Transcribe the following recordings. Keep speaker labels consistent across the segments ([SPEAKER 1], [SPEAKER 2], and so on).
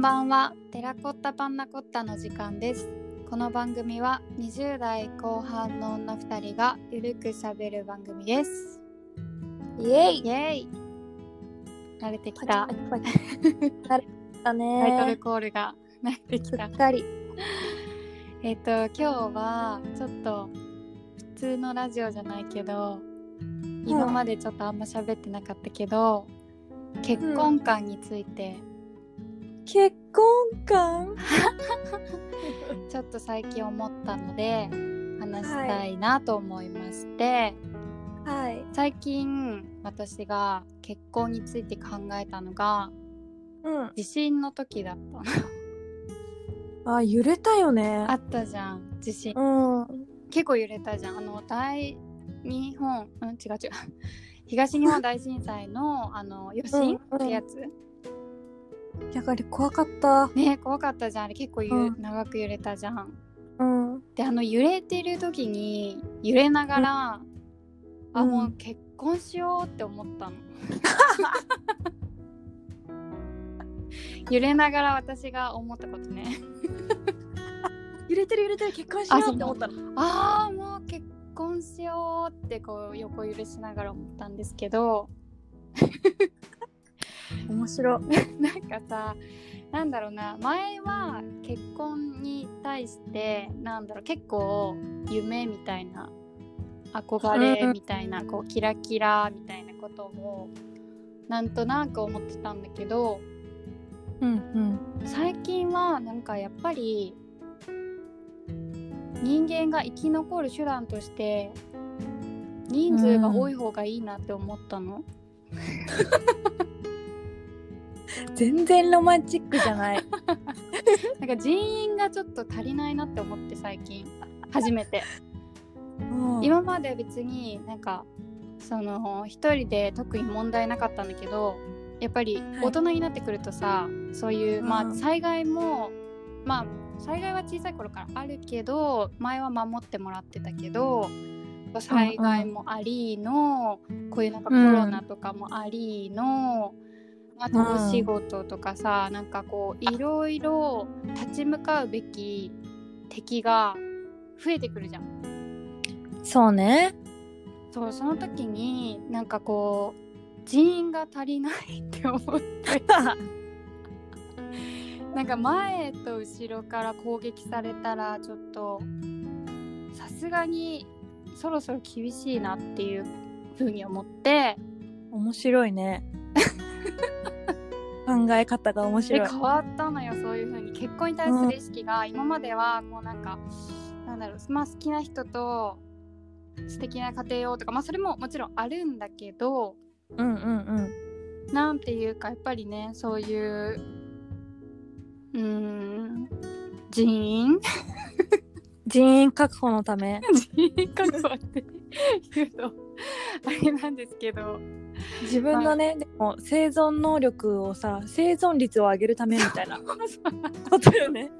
[SPEAKER 1] ばんはテラコッタパンナコッタの時間ですこの番組は20代後半の女2人がゆるくしゃべる番組です
[SPEAKER 2] イエイ
[SPEAKER 1] イエーイ慣れてきた
[SPEAKER 2] パチパチ慣れた
[SPEAKER 1] タイトル
[SPEAKER 2] ね
[SPEAKER 1] コールが 慣れてき
[SPEAKER 2] す
[SPEAKER 1] た
[SPEAKER 2] っかり
[SPEAKER 1] えっと今日はちょっと普通のラジオじゃないけど今までちょっとあんま喋ってなかったけど結婚観について
[SPEAKER 2] 結婚感
[SPEAKER 1] ちょっと最近思ったので話したいなと思いまして、
[SPEAKER 2] はい
[SPEAKER 1] 最近私が結婚について考えたのが
[SPEAKER 2] うん
[SPEAKER 1] 地震の時だったの
[SPEAKER 2] あ揺れたよね
[SPEAKER 1] あったじゃん地震
[SPEAKER 2] うんうん
[SPEAKER 1] 結構揺れたじゃんあの大日本うん違う違う 東日本大震災のあの余震
[SPEAKER 2] うん
[SPEAKER 1] ってやつ、
[SPEAKER 2] やっぱり怖かった
[SPEAKER 1] ね怖かったじゃんあれ結構ゆ、
[SPEAKER 2] うん
[SPEAKER 1] 長く揺れたじゃん
[SPEAKER 2] うん
[SPEAKER 1] であの揺れてる時に揺れながら、
[SPEAKER 2] うん
[SPEAKER 1] あ
[SPEAKER 2] うん
[SPEAKER 1] もう結婚しようって思ったの揺れながら私が思ったことね
[SPEAKER 2] 揺れてる揺れてる結婚し
[SPEAKER 1] よう
[SPEAKER 2] よう
[SPEAKER 1] っ
[SPEAKER 2] ってて
[SPEAKER 1] 思
[SPEAKER 2] 思
[SPEAKER 1] っ
[SPEAKER 2] ったの
[SPEAKER 1] あーもう結婚しようってこう横揺れしながら思ったんですけど
[SPEAKER 2] 面
[SPEAKER 1] な
[SPEAKER 2] 白
[SPEAKER 1] んかさなんだろうな前は結婚に対してなんだろう結構夢みたいな憧れみたいな、こうキラキラみたいなこともなんとなく思ってたんだけど
[SPEAKER 2] うん
[SPEAKER 1] 最近はなんかやっぱり人間が生き残る手段として人数が多い方がいいなって思ったの。
[SPEAKER 2] うん全然ロマンチックじゃない
[SPEAKER 1] なんか人員がちょっと足りないなって思って最近初めて。
[SPEAKER 2] 今
[SPEAKER 1] 今まで別になんかその一人で特に問題なかったんだけどやっぱり
[SPEAKER 2] はい
[SPEAKER 1] 大人になってくるとさ、そういう、
[SPEAKER 2] うん
[SPEAKER 1] まあ災害もまあ災害は小さい頃からあるけど前は守ってもらってたけど災害もありの、こういうなんかコロナとかもありの、あとお仕事とかさ、なんかこういろいろ立ち向かうべき敵が増えてくるじゃん。
[SPEAKER 2] そうね
[SPEAKER 1] そうその時になんかこう人員が足りないって思って なんか前と後ろから攻撃されたらちょっとさすがにそろそろ厳しいなっていうふうに思って
[SPEAKER 2] 面白いね 考え方が面
[SPEAKER 1] で
[SPEAKER 2] 白い
[SPEAKER 1] 変わったのよそういうふうに結婚に対する意識が今まではもうなんかなんだろう、まあ、好きな人と素敵な家庭をとか、まあ、それももちろんあるんだけど
[SPEAKER 2] うんうんうん
[SPEAKER 1] なんていうかやっぱりねそういううーん人員
[SPEAKER 2] 人員確保のため
[SPEAKER 1] 人員確保って言うとあれなんですけど
[SPEAKER 2] 自分のね、でも生存能力をさ生存率を上げるためみたいなことよね。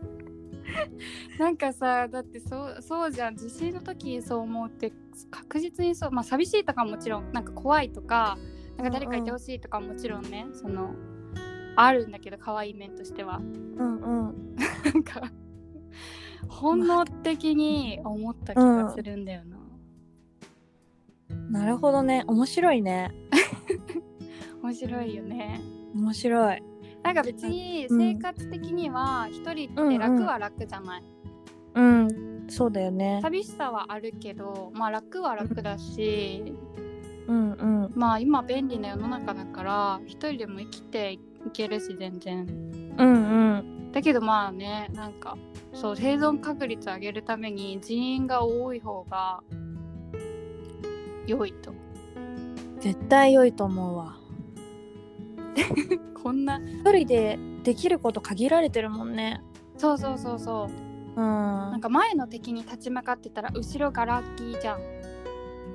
[SPEAKER 1] なんかさだってそうそうじゃん地震の時そう思うって確実にそうまあ寂しいとかももちろんなんか怖いとかなんか誰かいてほしいとかももちろんね、そのあるんだけど可愛い面としては
[SPEAKER 2] うんうん。
[SPEAKER 1] なんか本能的に思った気がするんだよな、
[SPEAKER 2] なるほどね面白いね
[SPEAKER 1] 面白いよね
[SPEAKER 2] 面白い。
[SPEAKER 1] なんか別に
[SPEAKER 2] うん
[SPEAKER 1] 生活的には一人って楽は楽じゃない、
[SPEAKER 2] うんそうだよね。
[SPEAKER 1] 寂しさはあるけどまあ楽は楽だし、
[SPEAKER 2] うんうん
[SPEAKER 1] まあ今便利な世の中だから一人でも生きていけるし全然
[SPEAKER 2] うんうん。
[SPEAKER 1] だけどまあねなんかそう生存確率上げるために人員が多い方が良いと
[SPEAKER 2] 絶対良いと思うわ。
[SPEAKER 1] こんな
[SPEAKER 2] 一人でできること限られてるもんね。
[SPEAKER 1] そうそうそうそう
[SPEAKER 2] う
[SPEAKER 1] なん
[SPEAKER 2] ん。
[SPEAKER 1] か前の敵に立ち向かってたら後ろがラッキーじゃん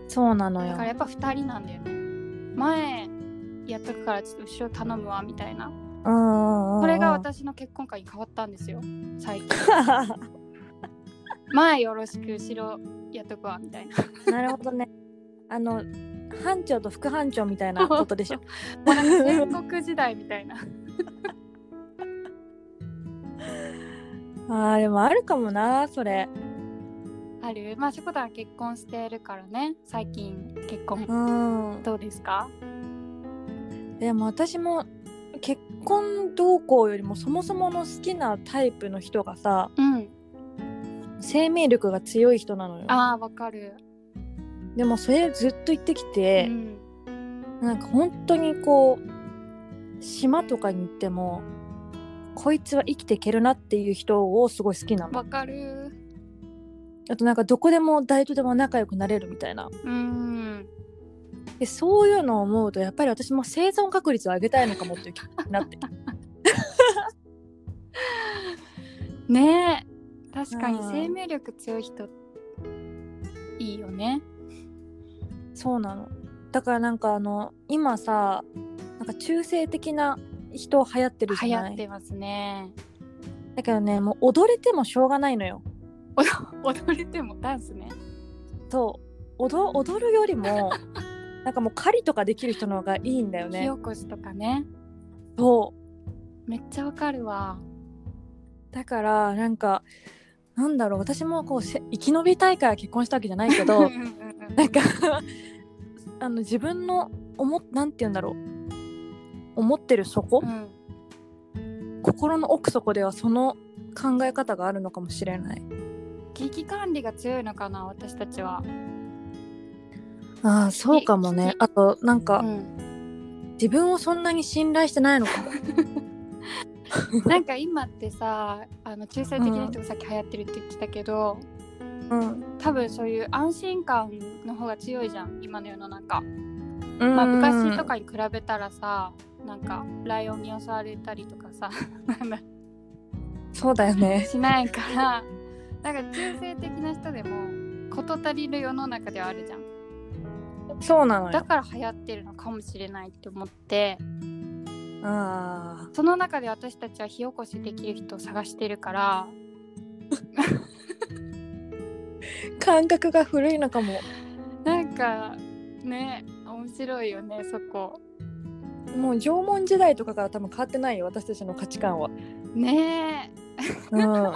[SPEAKER 2] そうなの
[SPEAKER 1] だ
[SPEAKER 2] よ
[SPEAKER 1] から。やっぱ2人なんだよね前やっとくからちょっと後ろ頼むわみたいな
[SPEAKER 2] うんうんうん。
[SPEAKER 1] これが。私の結婚観に変わったんですよ最近前よろしく後ろやっとくわみたいな
[SPEAKER 2] なるほどね。あの班長と副班長 みたいなことでしょ。
[SPEAKER 1] もうなんか戦国時代みたいな
[SPEAKER 2] あーでもあるかもなそれ
[SPEAKER 1] あるまあしょこたんは結婚してるからね最近結婚
[SPEAKER 2] うん
[SPEAKER 1] どうですか
[SPEAKER 2] でも私も結婚動向よりもそもそもの好きなタイプの人がさ
[SPEAKER 1] うん
[SPEAKER 2] 生命力が強い人なのよ
[SPEAKER 1] ああわかる、
[SPEAKER 2] でもそれずっと言ってきて、
[SPEAKER 1] うん、
[SPEAKER 2] なんか本当にこう島とかに行ってもこいつは生きていけるなっていう人をすごい好きなの
[SPEAKER 1] わかる
[SPEAKER 2] あとなんかどこでも誰とでも仲良くなれるみたいな
[SPEAKER 1] うん
[SPEAKER 2] でそういうのを思うとやっぱり私も生存確率を上げたいのかもっていう気になって
[SPEAKER 1] ねえ確かに
[SPEAKER 2] うん
[SPEAKER 1] 生命力強い人いいよね
[SPEAKER 2] そうなのだからなんかあの今さなんか中性的な人流行ってるじ
[SPEAKER 1] 流
[SPEAKER 2] ゃ
[SPEAKER 1] 行
[SPEAKER 2] な
[SPEAKER 1] っ
[SPEAKER 2] い
[SPEAKER 1] てますね
[SPEAKER 2] だからねもう踊れてもしょうがないのよ
[SPEAKER 1] 踊れてもダンスね
[SPEAKER 2] と踊踊るより もなんかもう狩りとかできる人の方がいいんだよ
[SPEAKER 1] 火
[SPEAKER 2] ね
[SPEAKER 1] 起こしとかね
[SPEAKER 2] そう
[SPEAKER 1] めっちゃわかるわ
[SPEAKER 2] だからなんかなんだろう私もこうせ生き延びたいから結婚したわけじゃない け
[SPEAKER 1] うんう
[SPEAKER 2] ど
[SPEAKER 1] んうん
[SPEAKER 2] なんかあの自分の思っなんて言うんだろう思ってる底、
[SPEAKER 1] うん
[SPEAKER 2] 心の奥底ではその考え方があるのかもしれない
[SPEAKER 1] 危機管理が強いのかな私たちは、
[SPEAKER 2] ああそうかもね
[SPEAKER 1] き
[SPEAKER 2] あとなん
[SPEAKER 1] う
[SPEAKER 2] か
[SPEAKER 1] ん、
[SPEAKER 2] 自分をそんなに信頼してないのかも
[SPEAKER 1] なんか今ってさあの中性的な人がさっき流行ってるって言ってたけど、
[SPEAKER 2] うん、
[SPEAKER 1] 多分そういう安心感の方が強いじゃん今の世の中、
[SPEAKER 2] うん
[SPEAKER 1] まあ、昔とかに比べたらさなんかライオンに襲われたりとかさなんだ
[SPEAKER 2] そうだよね
[SPEAKER 1] しないからなんか中性的な人でも事足りる世の中ではあるじゃん
[SPEAKER 2] そうなの
[SPEAKER 1] だ
[SPEAKER 2] よ
[SPEAKER 1] から流行ってるのかもしれないって思って
[SPEAKER 2] あ
[SPEAKER 1] その中で私たちは火起こしできる人を探してるから
[SPEAKER 2] ー感覚が古いのかも
[SPEAKER 1] なんかね面白いよねそこ
[SPEAKER 2] もう縄文時代とかから多分変わってないよ私たちの価値観は
[SPEAKER 1] ね
[SPEAKER 2] うん、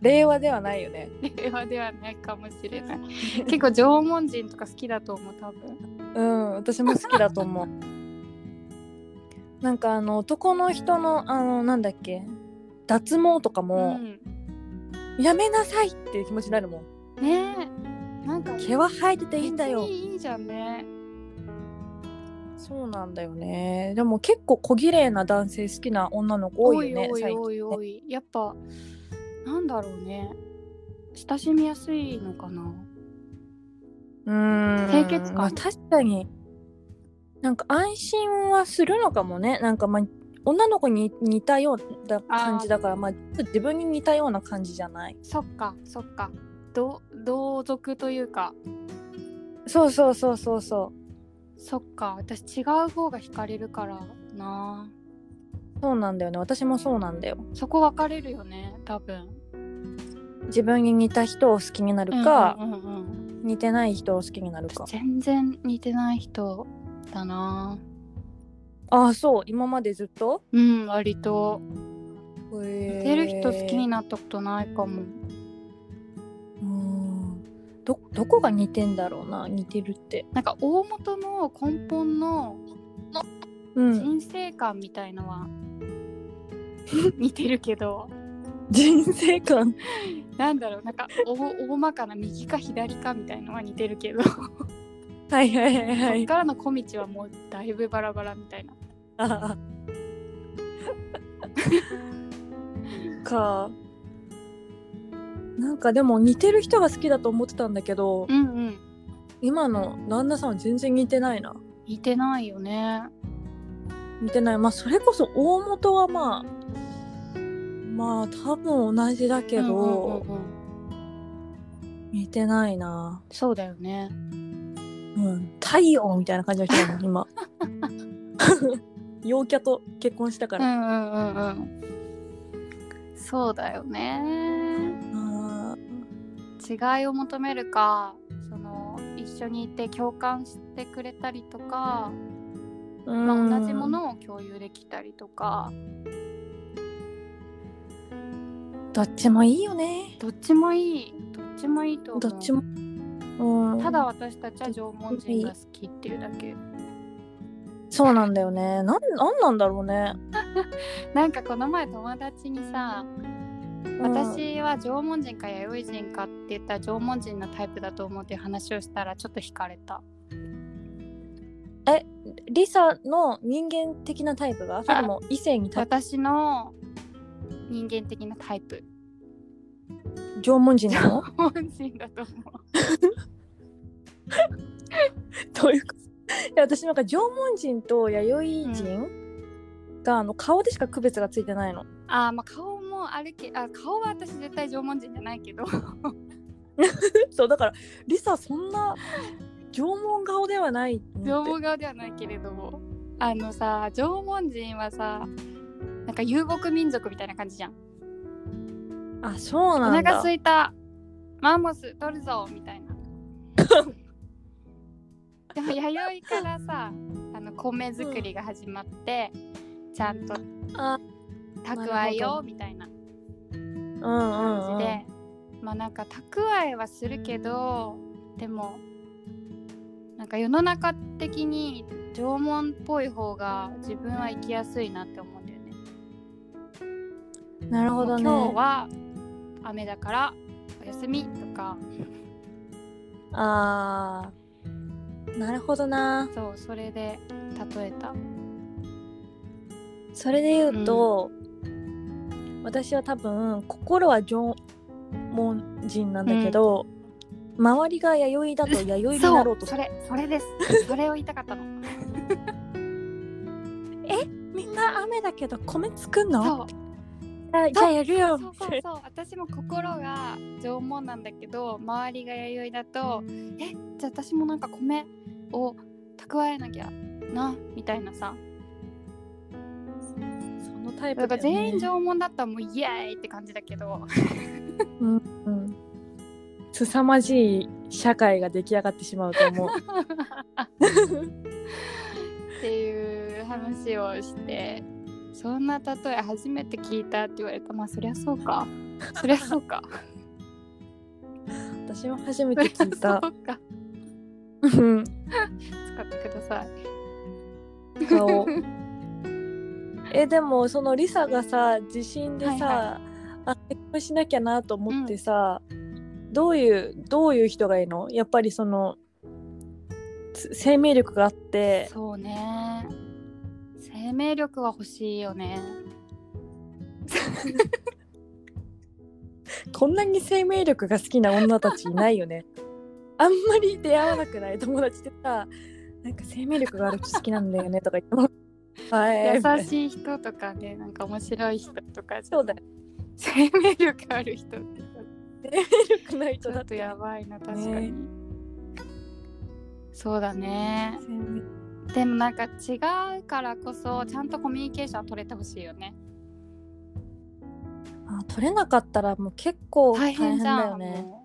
[SPEAKER 2] 令和ではないよね。
[SPEAKER 1] え令和ではないかもしれ ない結構縄文人とか好きだと思う多分
[SPEAKER 2] うん、私も好きだと思う。なんかあの男の人のあのなんだっけ脱毛とかも、やめなさいっていう気持ちになるもん。
[SPEAKER 1] うん、ねえなんか
[SPEAKER 2] 毛は生えてていいんだよ
[SPEAKER 1] 別。にいいじゃんね
[SPEAKER 2] そうなんだよね。でも結構小綺麗な男性好きな女の子多いよね。
[SPEAKER 1] おいおいおいおいやっぱなんだろうね親しみやすいのかな
[SPEAKER 2] 最近う
[SPEAKER 1] 清
[SPEAKER 2] ん。
[SPEAKER 1] 潔感
[SPEAKER 2] まあ確かに。なんか安心はするのかもね。なんかまあ女の子に似たような感じだからまあちょっと自分に似たような感じじゃない。
[SPEAKER 1] そっかそっかど同族というか
[SPEAKER 2] そうそうそうそうそ
[SPEAKER 1] そっか私違う方が惹かれるからな
[SPEAKER 2] うそうなんだよね私もそうなんだよ
[SPEAKER 1] そこ分かれるよね多分
[SPEAKER 2] 自分に似た人を好きになるか、
[SPEAKER 1] うんうんうん
[SPEAKER 2] 似てない人を好きになるか
[SPEAKER 1] 全然似てない人だな
[SPEAKER 2] ああそう今までずっと
[SPEAKER 1] うん割と似
[SPEAKER 2] 似
[SPEAKER 1] てる人好きになったことないかも
[SPEAKER 2] うんどどこが似てんだろうな似てるって
[SPEAKER 1] なんか大元の根本の
[SPEAKER 2] うん
[SPEAKER 1] 人生観みたいのは 似てるけど
[SPEAKER 2] 人生観
[SPEAKER 1] なんだろうなんかお大まかな右か左かみたいのは似てるけど、
[SPEAKER 2] はいはいはいは
[SPEAKER 1] そっ
[SPEAKER 2] い
[SPEAKER 1] からの小道はもうだいぶバラバラみたいな
[SPEAKER 2] あーかなんかでも似てる人が好きだと思ってたんだけど
[SPEAKER 1] うんうん
[SPEAKER 2] 今の旦那さんは全然似てないな
[SPEAKER 1] 似てないよね
[SPEAKER 2] 似てないまあそれこそ大元はまあまあ多分同じだけど、
[SPEAKER 1] うんうんうんうん
[SPEAKER 2] 似てないな
[SPEAKER 1] そうだよね
[SPEAKER 2] うん太陽みたいな感じの人だもん今 陽キャと結婚したか
[SPEAKER 1] う
[SPEAKER 2] ら、
[SPEAKER 1] んうんうんうんそうだよね
[SPEAKER 2] あ
[SPEAKER 1] 違いを求めるかその一緒にいて共感してくれたりとか、
[SPEAKER 2] ー
[SPEAKER 1] ま
[SPEAKER 2] う
[SPEAKER 1] あ、
[SPEAKER 2] ん
[SPEAKER 1] 同じものを共有できたりとか
[SPEAKER 2] どっちもいいよね
[SPEAKER 1] どっちもいいどっちもいいと思う
[SPEAKER 2] どっちも、うん、
[SPEAKER 1] ただ私たちは縄文人が好きっていうだけ
[SPEAKER 2] そうなんだよねなんなんなんだろうね、
[SPEAKER 1] なんかこの前友達にさ
[SPEAKER 2] うん、
[SPEAKER 1] 私は縄文人か弥生人かって言ったら縄文人のタイプだと思うっていう話をしたらちょっと惹かれた
[SPEAKER 2] リサの人間的なタイプがそれとも異性にタイプ
[SPEAKER 1] 私の人間的なタイプ
[SPEAKER 2] 縄文人なの
[SPEAKER 1] 縄文人だと思う
[SPEAKER 2] どういうこといや私なんか縄文人と弥生人が、あの顔でしか区別がついてないの
[SPEAKER 1] あーまあ顔もあるけあ顔は私絶対縄文人じゃないけど
[SPEAKER 2] そうだからリサそんな縄文顔ではないって
[SPEAKER 1] 縄文顔ではないけれどもあのさ縄文人はさなんか遊牧民族みたいな感じじゃん
[SPEAKER 2] あそう
[SPEAKER 1] お
[SPEAKER 2] なん
[SPEAKER 1] 腹
[SPEAKER 2] だ
[SPEAKER 1] すいたマンモス取るぞみた いなでも弥生からさあの米作りが始まって、ちゃんと
[SPEAKER 2] あ
[SPEAKER 1] 蓄え
[SPEAKER 2] なるほ
[SPEAKER 1] よ
[SPEAKER 2] ど
[SPEAKER 1] うみたいな
[SPEAKER 2] うんうん、
[SPEAKER 1] 感
[SPEAKER 2] う
[SPEAKER 1] じで、
[SPEAKER 2] ん、
[SPEAKER 1] まあなんか蓄えはするけどでもなんか世の中的に縄文っぽい方が自分は生きやすいなって思うんだよね。
[SPEAKER 2] なるほどね
[SPEAKER 1] 今日は雨だからお休みとか
[SPEAKER 2] あーなるほどな
[SPEAKER 1] そうそれで例えた。
[SPEAKER 2] それで言うと、私は多分心は縄文人なんだけど、周りが弥生だと弥生になろうとす
[SPEAKER 1] そ
[SPEAKER 2] る
[SPEAKER 1] れそれですそれを言いたかったの
[SPEAKER 2] みんな雨だけど米作んの
[SPEAKER 1] そう
[SPEAKER 2] あじゃあやるよ
[SPEAKER 1] そうそうそう私も心が縄文なんだけど周りが弥生だとえじゃあ私もなんか米を蓄えなきゃなみたいなさ
[SPEAKER 2] そのタイ
[SPEAKER 1] だ
[SPEAKER 2] プ
[SPEAKER 1] か
[SPEAKER 2] だ
[SPEAKER 1] ら
[SPEAKER 2] よね
[SPEAKER 1] 全員縄文だったらもうイエーイって感じだけど
[SPEAKER 2] うん凄まじい社会が出来上がってしまうと思う
[SPEAKER 1] っていう話をしてそんな例え初めて聞いたって言われたまあそりゃそうかそりゃそうか
[SPEAKER 2] 私も初め
[SPEAKER 1] そ
[SPEAKER 2] て
[SPEAKER 1] り ゃそ
[SPEAKER 2] 聞いうた
[SPEAKER 1] か
[SPEAKER 2] う
[SPEAKER 1] 使っ
[SPEAKER 2] ん
[SPEAKER 1] てください
[SPEAKER 2] 顔えでもそのリサがさ地震でさ、
[SPEAKER 1] は
[SPEAKER 2] あ結婚しなきゃなと思ってさ、どういうどういう人がいいのやっぱりそのつ生命力があって
[SPEAKER 1] そうね生命力は欲しいよね
[SPEAKER 2] こんなに生命力が好きな女たちいない よねあんまり出会わなくない友達でさなんか生命力がある人好きなんだよねとか言ってもはい
[SPEAKER 1] 優
[SPEAKER 2] みたいな
[SPEAKER 1] しい人とかねなんか面白い人とか
[SPEAKER 2] そうだよ
[SPEAKER 1] 生命力ある人って
[SPEAKER 2] 生命力ない
[SPEAKER 1] ち
[SPEAKER 2] 人
[SPEAKER 1] ょ
[SPEAKER 2] だ
[SPEAKER 1] っ
[SPEAKER 2] っ
[SPEAKER 1] と
[SPEAKER 2] て
[SPEAKER 1] やばいな確かに、そうだね
[SPEAKER 2] 生命
[SPEAKER 1] でもなんか違うからこそちゃんとコミュニケーション取れてほしいよね
[SPEAKER 2] あ取れなかったらもう結構大
[SPEAKER 1] 大変
[SPEAKER 2] 変
[SPEAKER 1] じ
[SPEAKER 2] だ
[SPEAKER 1] ゃ
[SPEAKER 2] よ
[SPEAKER 1] ん、
[SPEAKER 2] ね。
[SPEAKER 1] もう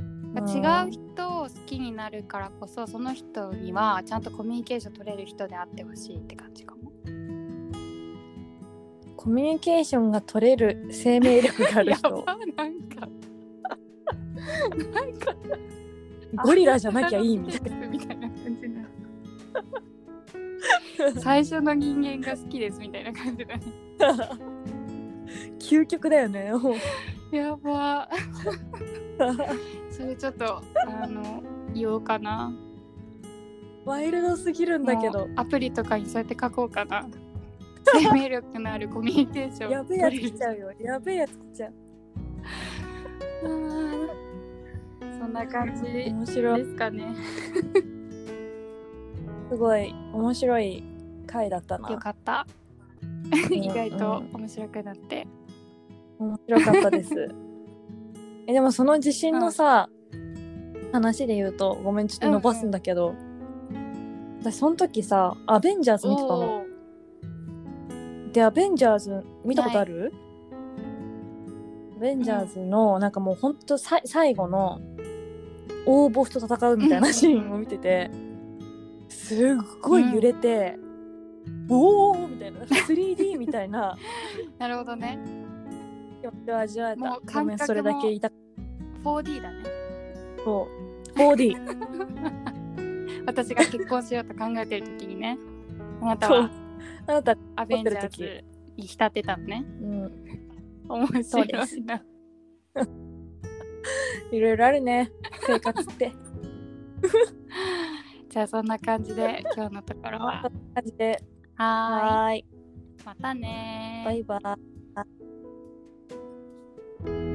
[SPEAKER 2] うん
[SPEAKER 1] 違う人を好きになるからこそその人にはちゃんとコミュニケーション取れる人であってほしいって感じかも
[SPEAKER 2] コミュニケーションが取れる生命力がある
[SPEAKER 1] や
[SPEAKER 2] 人
[SPEAKER 1] ばなんか
[SPEAKER 2] ゴリラじゃなきゃいいみたいな
[SPEAKER 1] なみたい な感じだ最初の人間が好きですみたいな感じだね
[SPEAKER 2] 究極だよねもう
[SPEAKER 1] やばそれちょっとあの言おうかな
[SPEAKER 2] ワイルドすぎるんだけど
[SPEAKER 1] もうアプリとかにそうやって書こうかな生命力のあるコミュニケーシ ョン
[SPEAKER 2] やべえやつ来ちゃうよやべえやつ来ちゃう
[SPEAKER 1] あーそんな感じで
[SPEAKER 2] 面白い
[SPEAKER 1] すかね
[SPEAKER 2] すごい面白い回だったな
[SPEAKER 1] よかった
[SPEAKER 2] うん
[SPEAKER 1] 意外と
[SPEAKER 2] うん
[SPEAKER 1] 面白くなって
[SPEAKER 2] 面白かったです えでもその地震のさ、話で言うとごめんちょっと伸ばすんだけど、私その時さ「アベンジャーズ」見てたの
[SPEAKER 1] おー
[SPEAKER 2] で、アベンジャーズ見たことあるアベンジャーズの、なんかもうほんとさい最後の大ボスと戦うみたいなシーンを見てて、すっごい揺れて、 おおーみたいな、なんか 3D みたいな、
[SPEAKER 1] なるほどね
[SPEAKER 2] 気持ちを味わえた
[SPEAKER 1] もう感覚も
[SPEAKER 2] ごめんそれだけ言いたかっ
[SPEAKER 1] 4D だね
[SPEAKER 2] たそう 4D
[SPEAKER 1] 私が結婚しようと考えてる時にねあなたは
[SPEAKER 2] あなた、
[SPEAKER 1] アベンジャーズに浸ってたのね
[SPEAKER 2] うん、
[SPEAKER 1] 面
[SPEAKER 2] そう
[SPEAKER 1] 白
[SPEAKER 2] で
[SPEAKER 1] いない
[SPEAKER 2] ろいろあるね生活って
[SPEAKER 1] じゃあそんな感じで今日のところは
[SPEAKER 2] そんな感じで
[SPEAKER 1] は
[SPEAKER 2] はーい
[SPEAKER 1] ーいまたねー
[SPEAKER 2] バイバイ